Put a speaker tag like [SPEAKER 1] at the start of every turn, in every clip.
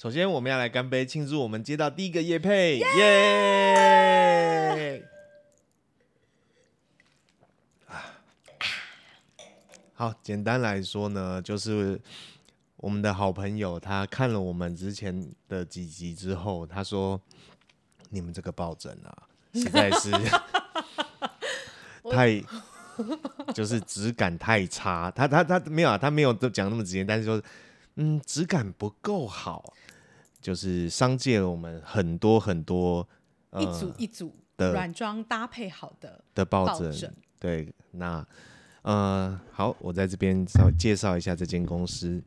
[SPEAKER 1] 首先，我们要来干杯，庆祝我们接到第一个夜配，耶！啊好，简单来说呢，就是我们的好朋友他看了我们之前的几集之后，他说：“你们这个抱枕啊，实在是太……”就是质感太差，他他他没有啊，他没有讲那么直接，但是说嗯，质感不够好，就是商界了我们很多很多
[SPEAKER 2] 一组一组
[SPEAKER 1] 的
[SPEAKER 2] 软装搭配好的，
[SPEAKER 1] 的抱
[SPEAKER 2] 抱
[SPEAKER 1] 枕。
[SPEAKER 2] 枕
[SPEAKER 1] 对，那呃，好，我在这边稍微介绍一下这间公司。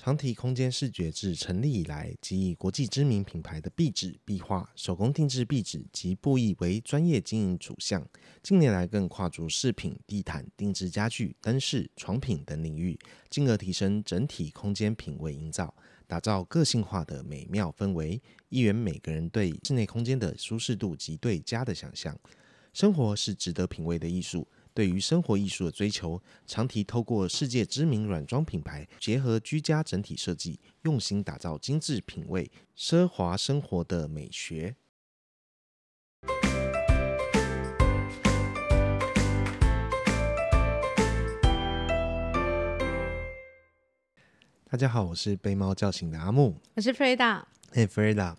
[SPEAKER 1] 长体空间视觉自成立以来，即以国际知名品牌的壁纸、壁画、手工定制壁纸及布艺为专业经营主项。近年来更跨足饰品、地毯、定制家具、灯饰、床品等领域，进而提升整体空间品味营造，打造个性化的美妙氛围，一圆每个人对室内空间的舒适度及对家的想象。生活是值得品味的艺术。对于生活艺术的追求，长提透过世界知名软装品牌，结合居家整体设计，用心打造精致品味、奢华生活的美学。大家好，我是被猫叫醒的阿木。
[SPEAKER 2] 我是 Freda，
[SPEAKER 1] 嘿 f r e d a 我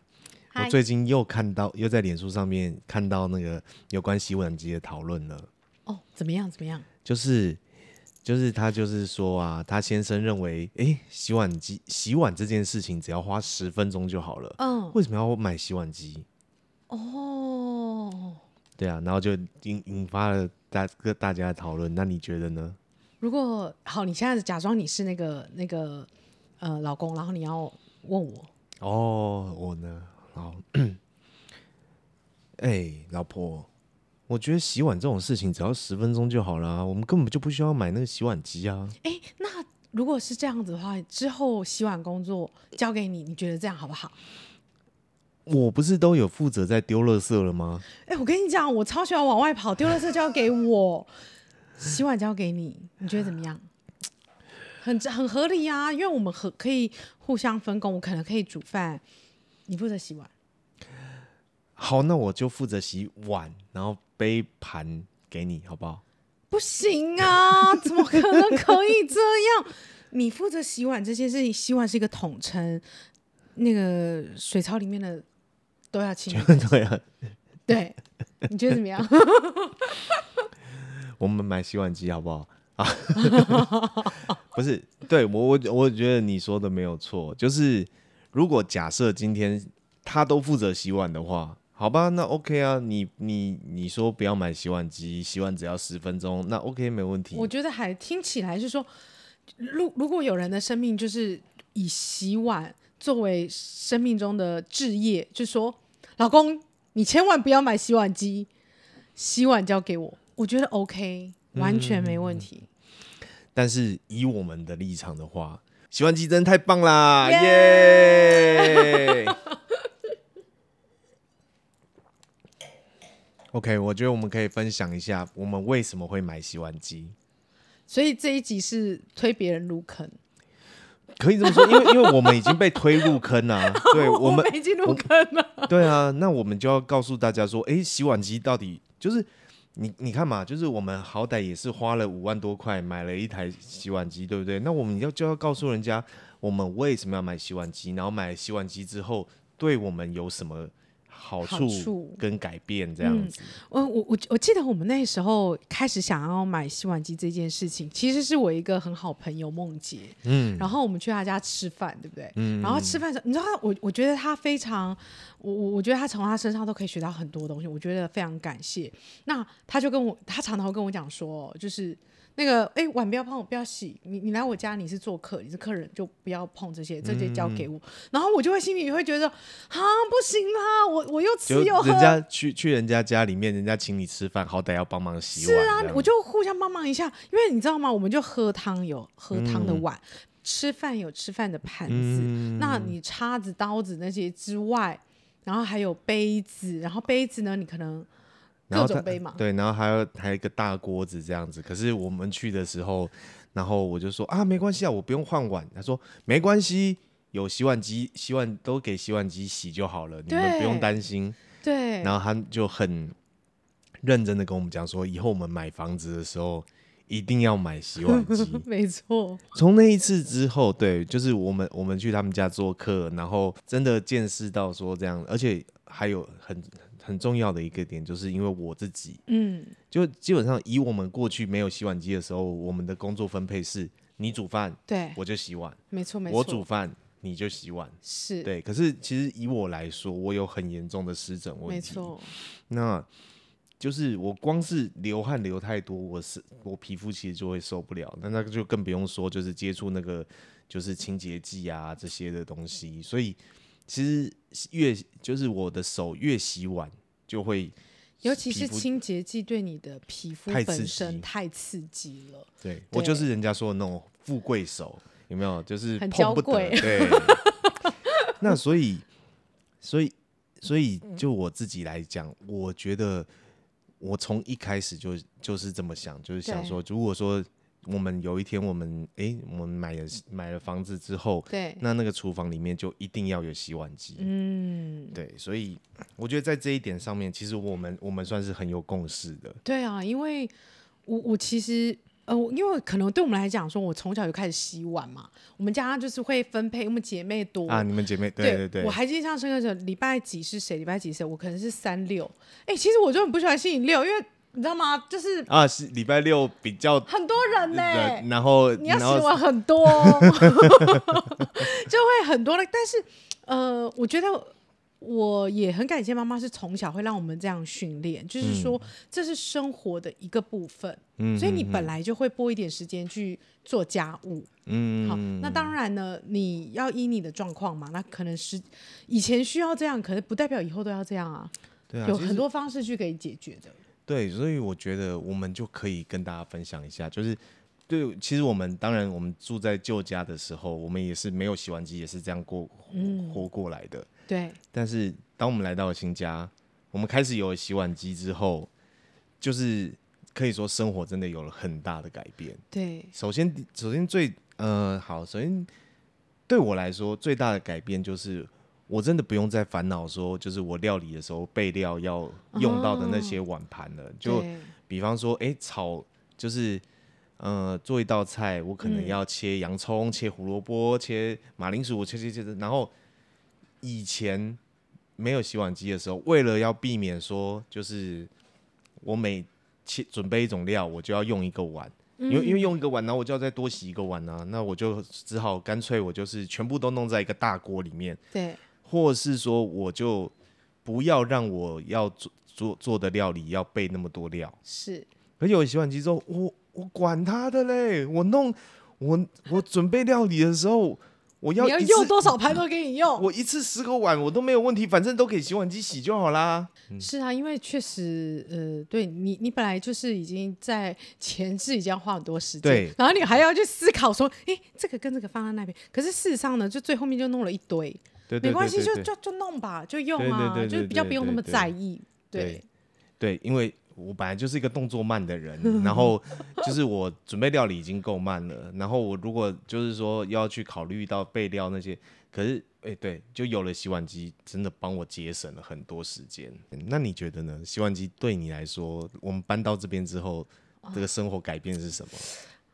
[SPEAKER 2] 嗨
[SPEAKER 1] 最近又看到，又在脸书上面看到那个有关洗碗机的讨论了，
[SPEAKER 2] 哦，怎么样？怎么样？
[SPEAKER 1] 就是就是他就是说啊，他先生认为，诶，洗碗机洗碗这件事情只要花十分钟就好了，
[SPEAKER 2] 嗯，
[SPEAKER 1] 为什么要买洗碗机？
[SPEAKER 2] 哦，
[SPEAKER 1] 对啊，然后就引引发了大各大家的讨论。那你觉得呢？
[SPEAKER 2] 如果好，你现在假装你是那个那个呃老公，然后你要问我，
[SPEAKER 1] 哦，我呢，好， 哎、老婆，我觉得洗碗这种事情只要十分钟就好了啊，我们根本就不需要买那个洗碗机啊。
[SPEAKER 2] 哎，那如果是这样子的话，之后洗碗工作交给你，你觉得这样好不好？
[SPEAKER 1] 我不是都有负责在丢垃圾了吗？
[SPEAKER 2] 哎，我跟你讲，我超喜欢往外跑，丢了圾交给我，洗碗交给你，你觉得怎么样？很很合理啊，因为我们和可以互相分工，我可能可以煮饭，你负责洗碗。
[SPEAKER 1] 好，那我就负责洗碗，然后杯盘给你，好不好？
[SPEAKER 2] 不行啊，怎么可能可以这样？你负责洗碗这件事情，洗碗是一个统称，那个水槽里面的都要清理。
[SPEAKER 1] 对啊，
[SPEAKER 2] 对，你觉得怎么样？
[SPEAKER 1] 我们买洗碗机好不 好？啊，不是，对我我我觉得你说的没有错，就是如果假设今天他都负责洗碗的话，好吧，那 OK 啊，你你你说不要买洗碗机，洗碗只要十分钟，那 OK 没问题。啊
[SPEAKER 2] 我觉得还听起来是说，如如果有人的生命就是以洗碗作为生命中的置业，就说老公，你千万不要买洗碗机，洗碗交给我，我觉得 OK，完
[SPEAKER 1] 嗯
[SPEAKER 2] 全没问题。
[SPEAKER 1] 但是以我们的立场的话，洗碗机真的太棒啦，耶
[SPEAKER 2] 耶
[SPEAKER 1] ！OK，我觉得我们可以分享一下我们为什么会买洗碗机，
[SPEAKER 2] 所以这一集是推别人入坑，
[SPEAKER 1] 可以这么说，因为因为我们已经被推入坑了、对我们
[SPEAKER 2] 们已经入坑了。
[SPEAKER 1] 对啊，那我们就要告诉大家说，诶，洗碗机到底就是你你看嘛，就是我们好歹也是花了五万多块买了一台洗碗机，对不对？那我们要就要告诉人家，我们为什么要买洗碗机，然后买了洗碗机之后对我们有什么好
[SPEAKER 2] 好
[SPEAKER 1] 处
[SPEAKER 2] 处嗯
[SPEAKER 1] 跟改变，这样子。
[SPEAKER 2] 我呃我我我记得我们那时候开始想要买洗碗机这件事情，其实是我一个很好朋友梦洁，嗯，然后我们去她家吃饭，对不对？嗯，然后吃饭的时候，你知道她我我觉得她非常，我我我觉得她从她身上都可以学到很多东西，我觉得非常感谢。那她就跟我，她常常会跟我讲说，就是。那个哎，碗不要碰，不要洗。你你来我家，你是做客，你是客人，就不要碰这些，这些交
[SPEAKER 1] 嗯
[SPEAKER 2] 给我。然后我就会心里会觉得，啊，不行啦，我我又
[SPEAKER 1] 就
[SPEAKER 2] 吃又喝，
[SPEAKER 1] 人家去去人家家里面，人家请你吃饭，好歹要帮忙洗碗。是
[SPEAKER 2] 啊，我就互相帮忙一下，因为你知道吗？我们就喝汤有喝
[SPEAKER 1] 嗯
[SPEAKER 2] 汤的碗，吃饭有吃饭的盘子，那你叉子、刀子那些之外，然后还有杯子，然后杯子呢，你可能
[SPEAKER 1] 然
[SPEAKER 2] 各
[SPEAKER 1] 后
[SPEAKER 2] 种
[SPEAKER 1] 他
[SPEAKER 2] 杯嘛，
[SPEAKER 1] 对，然后还有还有一个大锅子这样子。可是我们去的时候，然后我就说啊，没关系啊，我不用换碗。他说没关系，有洗碗机，洗碗都给洗碗机洗就好了，你们不用担心。
[SPEAKER 2] 对，。
[SPEAKER 1] 然后他就很认真的跟我们讲说，以后我们买房子的时候一定要买洗碗机
[SPEAKER 2] 没错，
[SPEAKER 1] 从那一次之后，对，就是我们我们去他们家做客，然后真的见识到说这样，而且还有很很重要的一个点，就是因为我自己
[SPEAKER 2] 嗯，
[SPEAKER 1] 就基本上以我们过去没有洗碗机的时候，我们的工作分配是你煮饭
[SPEAKER 2] 对，
[SPEAKER 1] 我就洗碗，
[SPEAKER 2] 没错没错，
[SPEAKER 1] 我煮饭你就洗碗。
[SPEAKER 2] 是，
[SPEAKER 1] 对，可是其实以我来说，我有很严重的湿疹问
[SPEAKER 2] 没
[SPEAKER 1] 题。
[SPEAKER 2] 错，
[SPEAKER 1] 那就是我光是流汗流太多，我是我皮肤其实就会受不了。那那个就更不用说，就是接触那个就是清洁剂啊这些的东西。所以其实越就是我的手越洗碗就会
[SPEAKER 2] 尤其是
[SPEAKER 1] 皮肤
[SPEAKER 2] 清洁剂对你的皮肤
[SPEAKER 1] 太刺
[SPEAKER 2] 本
[SPEAKER 1] 激
[SPEAKER 2] 身太刺激了，
[SPEAKER 1] 对我
[SPEAKER 2] 对
[SPEAKER 1] 就是人家说的那种富贵手，有没有？就是
[SPEAKER 2] 很
[SPEAKER 1] 碰不
[SPEAKER 2] 娇贵
[SPEAKER 1] 得。 对，那所以，所以，所以，就我自己来讲，我觉得我从一开始就就是这么想，就是想说，如果说我们有一天我们诶，我们买了买了房子之后，
[SPEAKER 2] 对，
[SPEAKER 1] 那那个厨房里面就一定要有洗碗机。
[SPEAKER 2] 嗯，
[SPEAKER 1] 对，所以我觉得在这一点上面，其实我们我们算是很有共识的。
[SPEAKER 2] 对啊，因为我我其实。呃，我因为可能对我们来讲，说我从小就开始洗碗嘛，我们家就是会分配，我们姐妹多
[SPEAKER 1] 啊，你们姐妹，对对对
[SPEAKER 2] 我，还印象深刻的是礼拜几是谁，礼拜几是谁，我可能是三六。哎，其实我就很不喜欢星期六，因为你知道吗？就是
[SPEAKER 1] 啊，是礼拜六比较
[SPEAKER 2] 很多人呢、
[SPEAKER 1] 人然后
[SPEAKER 2] 你要
[SPEAKER 1] 然后
[SPEAKER 2] 洗碗很多哦， 就会很多的。但是，呃，我觉得我也很感谢妈妈，是从小会让我们这样训练，就是
[SPEAKER 1] 嗯
[SPEAKER 2] 说这是生活的一个部分，所以你本来就会拨一点时间去做家务。
[SPEAKER 1] 嗯，
[SPEAKER 2] 好，那当然呢，你要依你的状况嘛。那可能是以前需要这样，可是不代表以后都要这样啊。
[SPEAKER 1] 对啊，
[SPEAKER 2] 有
[SPEAKER 1] 其实
[SPEAKER 2] 很多方式去可以解决的。
[SPEAKER 1] 对，所以我觉得我们就可以跟大家分享一下，就是对，其实我们当然我们住在旧家的时候，我们也是没有洗碗机，也是这样过
[SPEAKER 2] 嗯
[SPEAKER 1] 活过来的。
[SPEAKER 2] 对，
[SPEAKER 1] 但是当我们来到了新家，我们开始有了洗碗机之后，就是可以说生活真的有了很大的改变。
[SPEAKER 2] 对，
[SPEAKER 1] 首先，首先最呃好，首先对我来说最大的改变就是，我真的不用再烦恼说，就是我料理的时候备料要用到的那些碗盘了。就
[SPEAKER 2] 对
[SPEAKER 1] 比方说，哎、炒就是呃做一道菜，我可能要切洋葱、切胡萝卜、切马铃薯，切切切的。然后以前没有洗碗机的时候，为了要避免说，就是我每切准备一种料，我就要用一个碗。因为因为用一个碗，然后我就要再多洗一个碗啊，那我就只好干脆我就是全部都弄在一个大锅里面，
[SPEAKER 2] 对
[SPEAKER 1] 或是说我就不要让我要做做做的料理要备那么多料。
[SPEAKER 2] 是，
[SPEAKER 1] 而且我洗碗机之后，我我管他的嘞，我弄我我准备料理的时候，我要
[SPEAKER 2] 你要
[SPEAKER 1] 一
[SPEAKER 2] 用
[SPEAKER 1] 次
[SPEAKER 2] 多少盘都给你用。
[SPEAKER 1] 我一次十个碗我都没有问题，反正都给洗碗机洗就好啦。
[SPEAKER 2] 是啊，因为确实，呃，对你，你本来就是已经在前置已经要花很多时间，
[SPEAKER 1] 对
[SPEAKER 2] 然后你还要去思考说，诶，这个跟这个放在那边，可是事实上呢，就最后面就弄了一堆，
[SPEAKER 1] 对对
[SPEAKER 2] 没
[SPEAKER 1] 对
[SPEAKER 2] 关系，
[SPEAKER 1] 对
[SPEAKER 2] 就
[SPEAKER 1] 对
[SPEAKER 2] 就就弄吧，就用
[SPEAKER 1] 对对
[SPEAKER 2] 啊，
[SPEAKER 1] 对对
[SPEAKER 2] 就比较不用那么
[SPEAKER 1] 对对对
[SPEAKER 2] 在意，
[SPEAKER 1] 对对，因为我本来就是一个动作慢的 人，然后就是我准备料理已经够慢了，然后我如果就是说要去考虑到备料那些，可是哎、对，就有了洗碗机，真的帮我节省了很多时间。那你觉得呢？洗碗机对你来说，我们搬到这边之后，这个生活改变是什么？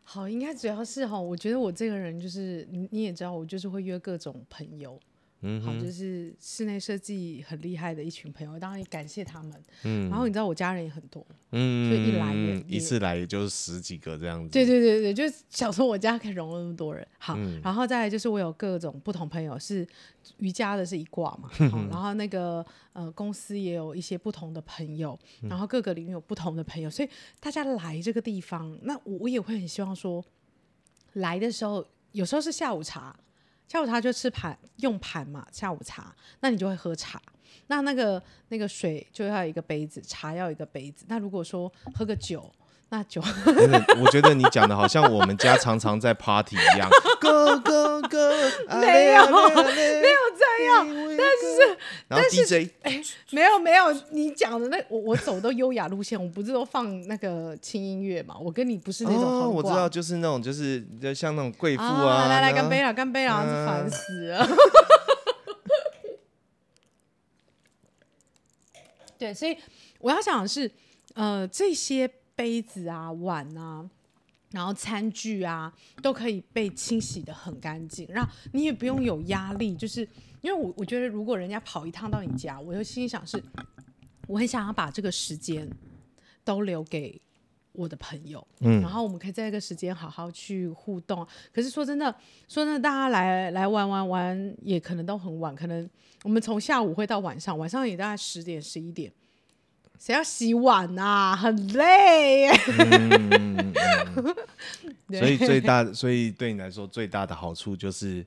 [SPEAKER 2] 好，应该主要是哈，我觉得我这个人就是你你也知道，我就是会约各种朋友，嗯，好，就是室内设计很厉害的一群朋友，当然也感谢他们，嗯，然后你知道我家人也很多，
[SPEAKER 1] 嗯，
[SPEAKER 2] 所以一来也
[SPEAKER 1] 一次来也就是十几个这样子。
[SPEAKER 2] 对对对对，就是小时候我家可以容纳那么多人。好，
[SPEAKER 1] 嗯
[SPEAKER 2] 然后再来就是我有各种不同朋友，是瑜伽的是一挂 嘛，好然后那个呃公司也有一些不同的朋友，
[SPEAKER 1] 嗯
[SPEAKER 2] 然后各个领域有不同的朋友，所以大家来这个地方，那我我也会很希望说，来的时候有时候是下午茶，下午茶就吃盘用盘嘛，下午茶，那你就会喝茶。那那个那个水就要一个杯子，茶要一个杯子。那如果说喝个酒，那酒
[SPEAKER 1] 真的，我觉得你讲的好像我们家常 常在 party 一样。Go go go！
[SPEAKER 2] 没有
[SPEAKER 1] 没有这样，啊然后哎 DJ
[SPEAKER 2] 哎没有没有，你讲的那我我走的优雅路线，我不是都放那个轻音乐嘛？我跟你不是那种
[SPEAKER 1] 哦，
[SPEAKER 2] 好
[SPEAKER 1] 我知
[SPEAKER 2] 挂
[SPEAKER 1] 道，就是那种就是就像那种贵妇
[SPEAKER 2] 啊，来
[SPEAKER 1] 然
[SPEAKER 2] 来
[SPEAKER 1] 后
[SPEAKER 2] 干杯啦，干杯啦，
[SPEAKER 1] 嗯
[SPEAKER 2] 烦死了。 对，所以我要讲的是，呃，这些杯子啊、碗啊，然后餐具啊，都可以被清洗的很干净，然后你也不用有压力，就是因为我我觉得，如果人家跑一趟到你家，我就心里想是，我很想要把这个时间都留给我的朋友，
[SPEAKER 1] 嗯
[SPEAKER 2] 然后我们可以在这个时间好好去互动。可是说真的，说真的，大家来来玩玩玩，也可能都很晚，可能我们从下午会到晚上，晚上也大概十点十一点。谁要洗碗啊？很累 耶。对
[SPEAKER 1] 所以 最大，所以对你来说最大的好处就是，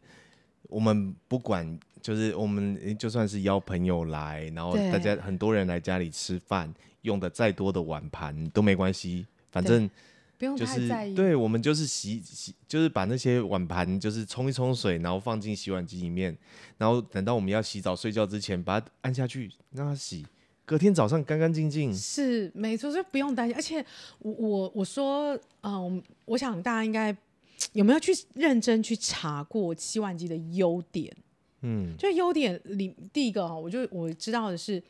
[SPEAKER 1] 我们不管就是我们就算是邀朋友来，然后
[SPEAKER 2] 对
[SPEAKER 1] 大家很多人来家里吃饭，用的再多的碗盘都没关系，反正
[SPEAKER 2] 不用
[SPEAKER 1] 就
[SPEAKER 2] 太
[SPEAKER 1] 是
[SPEAKER 2] 在意。
[SPEAKER 1] 对我们就是洗洗，就是把那些碗盘就是冲一冲水，然后放进洗碗机里面，然后等到我们要洗澡睡觉之前，把它按下去让它洗，隔天早上干干净净。
[SPEAKER 2] 是没错，所以不用担心。而且我我我说，嗯、我我想大家应该有没有去认真去查过洗碗机的优点？
[SPEAKER 1] 嗯，
[SPEAKER 2] 就优点里第一个哦，我就我知道的是，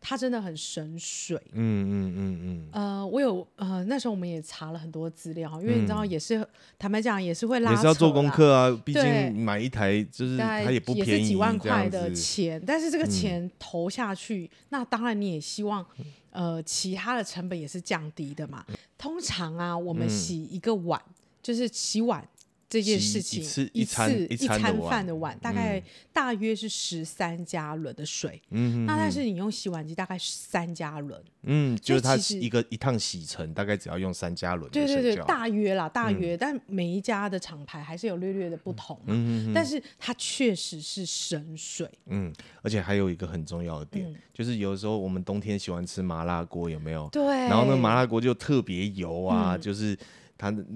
[SPEAKER 2] 它真的很省水。
[SPEAKER 1] 嗯嗯嗯
[SPEAKER 2] 呃，我有呃，那时候我们也查了很多资料哈，因为你知道也是、坦白讲也是会
[SPEAKER 1] 嗯，
[SPEAKER 2] 拉
[SPEAKER 1] 也是要做
[SPEAKER 2] 扯
[SPEAKER 1] 功
[SPEAKER 2] 啦，
[SPEAKER 1] 课啊，毕
[SPEAKER 2] 对
[SPEAKER 1] 竟买一台就是
[SPEAKER 2] 大概
[SPEAKER 1] 它不便
[SPEAKER 2] 也
[SPEAKER 1] 宜，
[SPEAKER 2] 是几万
[SPEAKER 1] 这样
[SPEAKER 2] 块的
[SPEAKER 1] 子嗯
[SPEAKER 2] 钱，但是这个钱投下去，那当然你也希望呃其他的成本也是降低的嘛。通常啊，我
[SPEAKER 1] 嗯
[SPEAKER 2] 们洗一个碗，就是洗碗。这件
[SPEAKER 1] 洗
[SPEAKER 2] 事
[SPEAKER 1] 一
[SPEAKER 2] 情
[SPEAKER 1] 次一
[SPEAKER 2] 一
[SPEAKER 1] 餐
[SPEAKER 2] 次
[SPEAKER 1] 一餐的碗
[SPEAKER 2] 饭的碗，大概大约是十三加仑的水。
[SPEAKER 1] 嗯
[SPEAKER 2] 那但是你用洗碗机大概三加仑，
[SPEAKER 1] 嗯，就
[SPEAKER 2] 所以
[SPEAKER 1] 是它
[SPEAKER 2] 其实
[SPEAKER 1] 一个一趟洗程大概只要用三加仑
[SPEAKER 2] 对
[SPEAKER 1] 的嗯
[SPEAKER 2] 对
[SPEAKER 1] 水
[SPEAKER 2] 对，
[SPEAKER 1] 饺，
[SPEAKER 2] 大约啦，大约，但每一家的厂牌还是有略略的不同嘛。但是它确实是省水，
[SPEAKER 1] 嗯，而且还有一个很重要的点，
[SPEAKER 2] 嗯
[SPEAKER 1] 就是有的时候我们冬天喜欢吃麻辣锅，有没有？
[SPEAKER 2] 对。
[SPEAKER 1] 然后呢，麻辣锅就特别油啊，
[SPEAKER 2] 嗯
[SPEAKER 1] 就是它的。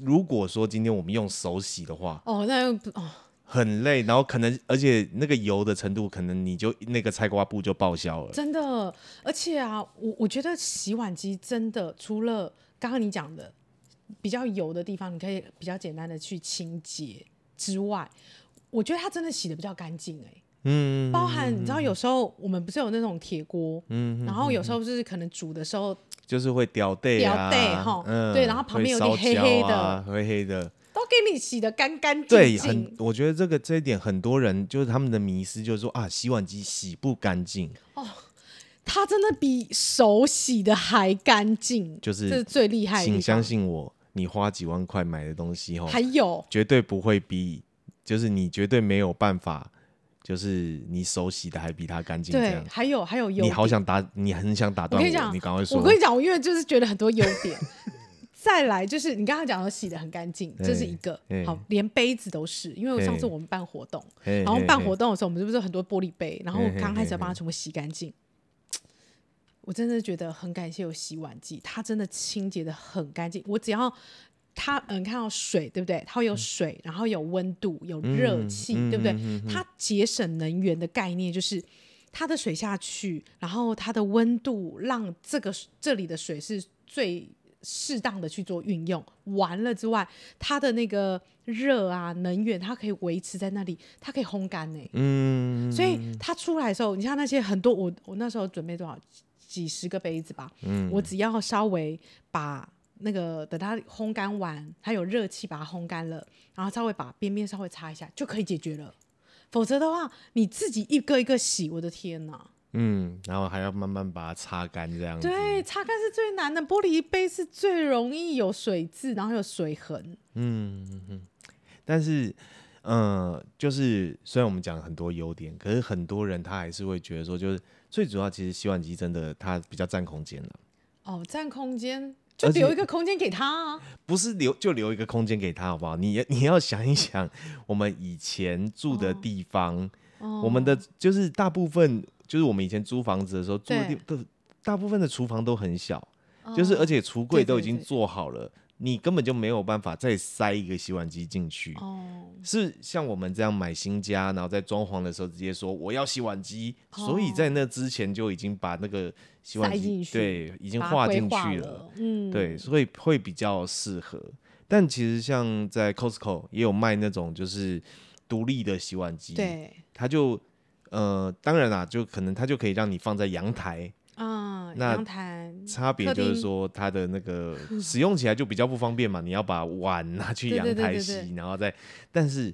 [SPEAKER 1] 如果说今天我们用手洗的话，
[SPEAKER 2] 哦，那又不哦，
[SPEAKER 1] 很累，然后可能而且那个油的程度，可能你就那个菜瓜布就报销了。
[SPEAKER 2] 真的，而且啊，我我觉得洗碗机真的除了刚刚你讲的比较油的地方，你可以比较简单的去清洁之外，我觉得它真的洗的比较干净哎、
[SPEAKER 1] 嗯，
[SPEAKER 2] 包含你知道有时候我们不是有那种铁锅，嗯，然后有时候就是可能煮的时候
[SPEAKER 1] 就是会掉队啊，
[SPEAKER 2] 掉队吼
[SPEAKER 1] 嗯，
[SPEAKER 2] 对然后旁边有点
[SPEAKER 1] 会烧焦啊
[SPEAKER 2] 黑
[SPEAKER 1] 黑黑的，
[SPEAKER 2] 都给你洗的干干净净，
[SPEAKER 1] 对，很，我觉得这个这一点很多人就是他们的迷思，就是说啊，洗碗机洗不干净，
[SPEAKER 2] 它真的比手洗的还干净，
[SPEAKER 1] 就是
[SPEAKER 2] 这是最厉害的地
[SPEAKER 1] 请
[SPEAKER 2] 方。
[SPEAKER 1] 相信我，你花几万块买的东西哦，
[SPEAKER 2] 还有
[SPEAKER 1] 绝对不会比，就是你绝对没有办法，就是你手洗的还比它干净这
[SPEAKER 2] 对
[SPEAKER 1] 样，。
[SPEAKER 2] 还有还有
[SPEAKER 1] 你
[SPEAKER 2] 优点，
[SPEAKER 1] 好想打，你很想打断
[SPEAKER 2] 我跟你讲
[SPEAKER 1] 你赶快说。
[SPEAKER 2] 我跟你讲，我因为就是觉得很多优 点。再来就是你刚刚讲的洗的很干净，
[SPEAKER 1] 哎
[SPEAKER 2] 这是一个
[SPEAKER 1] 哎
[SPEAKER 2] 好，连杯子都是，因为我上次
[SPEAKER 1] 哎
[SPEAKER 2] 我们办活动，
[SPEAKER 1] 嘿
[SPEAKER 2] 然后
[SPEAKER 1] 嘿
[SPEAKER 2] 办
[SPEAKER 1] 嘿
[SPEAKER 2] 活动的时候，我们是不是有很多玻璃杯？然后
[SPEAKER 1] 嘿
[SPEAKER 2] 我
[SPEAKER 1] 嘿
[SPEAKER 2] 刚开
[SPEAKER 1] 嘿
[SPEAKER 2] 始帮它全部洗干净，我真的觉得很感谢有洗碗机，它真的清洁的很干净。我只要它，嗯，看到水，对不对？它会有水，然后有温度，有热气，对不对？它节省能源的概念就是。它的水下去，然后它的温度让这个这里的水是最适当的去做运用。完了之外，它的那个热啊能源，它可以维持在那里，它可以烘干呢、
[SPEAKER 1] 嗯，
[SPEAKER 2] 所以它出来的时候，你像那些很多我我那时候准备多少几十个杯子吧，
[SPEAKER 1] 嗯
[SPEAKER 2] 我只要稍微把那个等它烘干完，它有热气把它烘干了，然后稍微把边边稍微擦一下就可以解决了。否则的话，你自己一个一个洗，我的天哪！
[SPEAKER 1] 嗯，然后还要慢慢把它擦干这样子。
[SPEAKER 2] 对，擦干是最难的，玻璃杯是最容易有水渍，然后有水痕。
[SPEAKER 1] 但是，呃，就是虽然我们讲很多优点，可是很多人他还是会觉得说，就是最主要其实洗碗机真的它比较占空间了，
[SPEAKER 2] 哦，占空间，就
[SPEAKER 1] 而且
[SPEAKER 2] 留一个空间给他啊。
[SPEAKER 1] 不是留就留一个空间给他好不好？你你要想一想，我们以前住的地方，
[SPEAKER 2] 哦
[SPEAKER 1] 我们的就是大部分就是我们以前租房子的时候住的地
[SPEAKER 2] 对哦
[SPEAKER 1] 都大部分的厨房都很小，就是而且橱柜都已经做好了。你根本就没有办法再塞一个洗碗机进去。
[SPEAKER 2] 哦，
[SPEAKER 1] 是像我们这样买新家，然后在装潢的时候直接说我要洗碗机，
[SPEAKER 2] 哦
[SPEAKER 1] 所以在那之前就已经把那个洗碗
[SPEAKER 2] 塞进
[SPEAKER 1] 机
[SPEAKER 2] 去
[SPEAKER 1] 对已
[SPEAKER 2] 已
[SPEAKER 1] 经画进去了，
[SPEAKER 2] 了，嗯，
[SPEAKER 1] 对，所以会比较适合。但其实像在 Costco 也有卖那种就是独立的洗碗机，，
[SPEAKER 2] 对，
[SPEAKER 1] 它就呃，当然啦，就可能它就可以让你放在阳台，
[SPEAKER 2] 啊，
[SPEAKER 1] 那
[SPEAKER 2] 阳台
[SPEAKER 1] 差别
[SPEAKER 2] 客
[SPEAKER 1] 就是
[SPEAKER 2] 厅
[SPEAKER 1] 说它的那 个使用起来就比较不方便嘛，你要把碗拿去
[SPEAKER 2] 对
[SPEAKER 1] 阳
[SPEAKER 2] 对对
[SPEAKER 1] 台
[SPEAKER 2] 对
[SPEAKER 1] 洗，
[SPEAKER 2] 对
[SPEAKER 1] 然后再，但是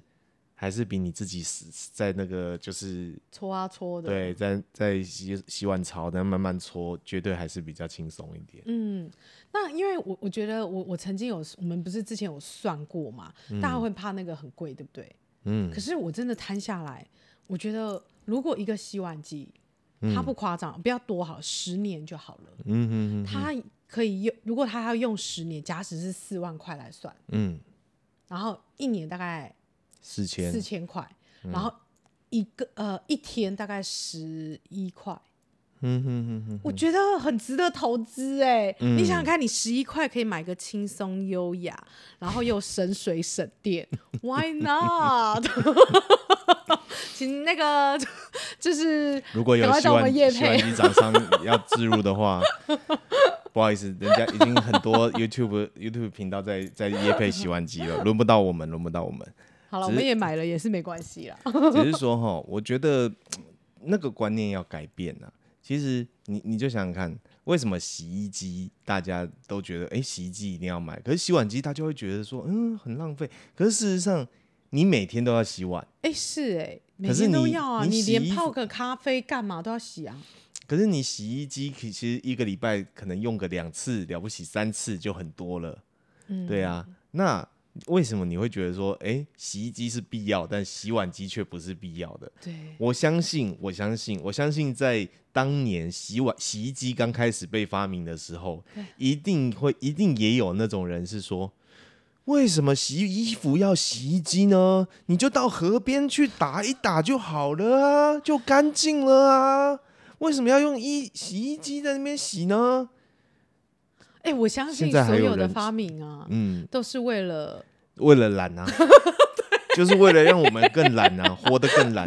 [SPEAKER 1] 还是比你自己死在那个就是
[SPEAKER 2] 搓啊搓的，
[SPEAKER 1] 对，在在洗洗碗槽，然后慢慢搓，绝对还是比较轻松一点。
[SPEAKER 2] 嗯，那因为我我觉得我我曾经有，我们不是之前有算过嘛，大家会怕那个很贵，对不对？
[SPEAKER 1] 嗯
[SPEAKER 2] 可是我真的摊下来，我觉得如果一个洗碗机，它不夸张，不要多好，十年就好了，
[SPEAKER 1] 嗯嗯嗯
[SPEAKER 2] 它可以用，如果它要用十年，假使是四万块来算，
[SPEAKER 1] 嗯，
[SPEAKER 2] 然后一年大概
[SPEAKER 1] 四千
[SPEAKER 2] 四千块，
[SPEAKER 1] 嗯
[SPEAKER 2] 然后一个呃一天大概十一块。
[SPEAKER 1] 嗯哼哼哼，
[SPEAKER 2] 我觉得很值得投资哎、你
[SPEAKER 1] 嗯
[SPEAKER 2] 想想看，你十一块可以买个轻松优雅，然后又省水省电，Why not？请那个就是
[SPEAKER 1] 如果有
[SPEAKER 2] 赶快
[SPEAKER 1] 洗
[SPEAKER 2] 找我
[SPEAKER 1] 碗
[SPEAKER 2] 们业
[SPEAKER 1] 洗碗
[SPEAKER 2] 配，
[SPEAKER 1] 机厂商要置入的话， 不好意思，人家已经很多 YouTube YouTube 频道在在业配洗碗机了，轮不到我们，轮不到我们。
[SPEAKER 2] 好了，我
[SPEAKER 1] 只是
[SPEAKER 2] 们也买了，也是没关系啦。
[SPEAKER 1] 只是说哈，我觉得那个观念要改变啊。其实你你就想想看，为什么洗衣机大家都觉得哎、诶洗衣机一定要买，可是洗碗机他就会觉得说嗯很浪费。可是事实上，你每天都要洗碗，
[SPEAKER 2] 哎、是哎、每
[SPEAKER 1] 可是
[SPEAKER 2] 天都
[SPEAKER 1] 你
[SPEAKER 2] 要啊，
[SPEAKER 1] 你
[SPEAKER 2] 你
[SPEAKER 1] 洗
[SPEAKER 2] 连
[SPEAKER 1] 衣服
[SPEAKER 2] 泡个咖啡干嘛都要洗啊。
[SPEAKER 1] 可是你洗衣机其其实一个礼拜可能用个两次，了不起三次就很多了。
[SPEAKER 2] 嗯
[SPEAKER 1] 对啊，那为什么你会觉得说，哎、洗衣机是必要，但洗碗机却不是必要的？
[SPEAKER 2] 对，
[SPEAKER 1] 我相信，我相信，我相信，在当年洗碗洗衣机刚开始被发明的时候，一定会，一定也有那种人是说，为什么洗衣服要洗衣机呢？你就到河边去打一打就好了啊，就干净了啊。为什么要用衣洗衣机在那边洗呢？
[SPEAKER 2] 哎、我相信
[SPEAKER 1] 现在还
[SPEAKER 2] 所
[SPEAKER 1] 有
[SPEAKER 2] 有的
[SPEAKER 1] 人
[SPEAKER 2] 发明啊，
[SPEAKER 1] 嗯，
[SPEAKER 2] 都是为了
[SPEAKER 1] 为了懒 啊，就是为了让我们更懒啊，活得 更懒。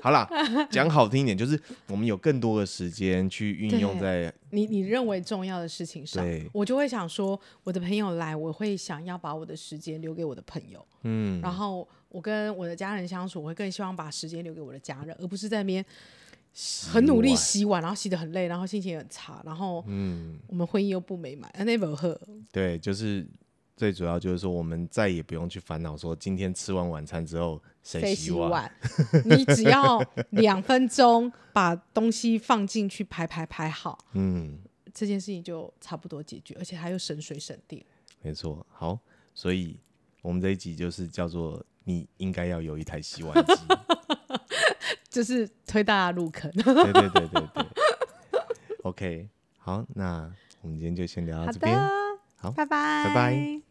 [SPEAKER 1] 好啦，讲好听一点，就是我们有更多的时间去运用在
[SPEAKER 2] 你你认为重要的事情上
[SPEAKER 1] 对，
[SPEAKER 2] 我就会想说，我的朋友来，我会想要把我的时间留给我的朋友，
[SPEAKER 1] 嗯，
[SPEAKER 2] 然后我跟我的家人相处，我会更希望把时间留给我的家人，而不是在那边
[SPEAKER 1] 啊
[SPEAKER 2] 很努力洗碗，然后洗得很累，然后心情也很差，然后
[SPEAKER 1] 嗯，
[SPEAKER 2] 我们婚姻又不美满，那不喝，
[SPEAKER 1] 对，就是最主要就是说，我们再也不用去烦恼说今天吃完晚餐之后谁
[SPEAKER 2] 谁
[SPEAKER 1] 洗
[SPEAKER 2] 洗
[SPEAKER 1] 碗。
[SPEAKER 2] 碗？你只要两分钟把东西放进去排排排好，
[SPEAKER 1] 嗯，
[SPEAKER 2] 这件事情就差不多解决，而且还又省水省电。
[SPEAKER 1] 没错。好，所以我们这一集就是叫做你应该要有一台洗 碗机。
[SPEAKER 2] 就是推大家入坑。
[SPEAKER 1] 对对对对对。OK，好，那我们今天就先聊
[SPEAKER 2] 好
[SPEAKER 1] 到这
[SPEAKER 2] 的
[SPEAKER 1] 边。好
[SPEAKER 2] 拜拜，
[SPEAKER 1] 拜拜。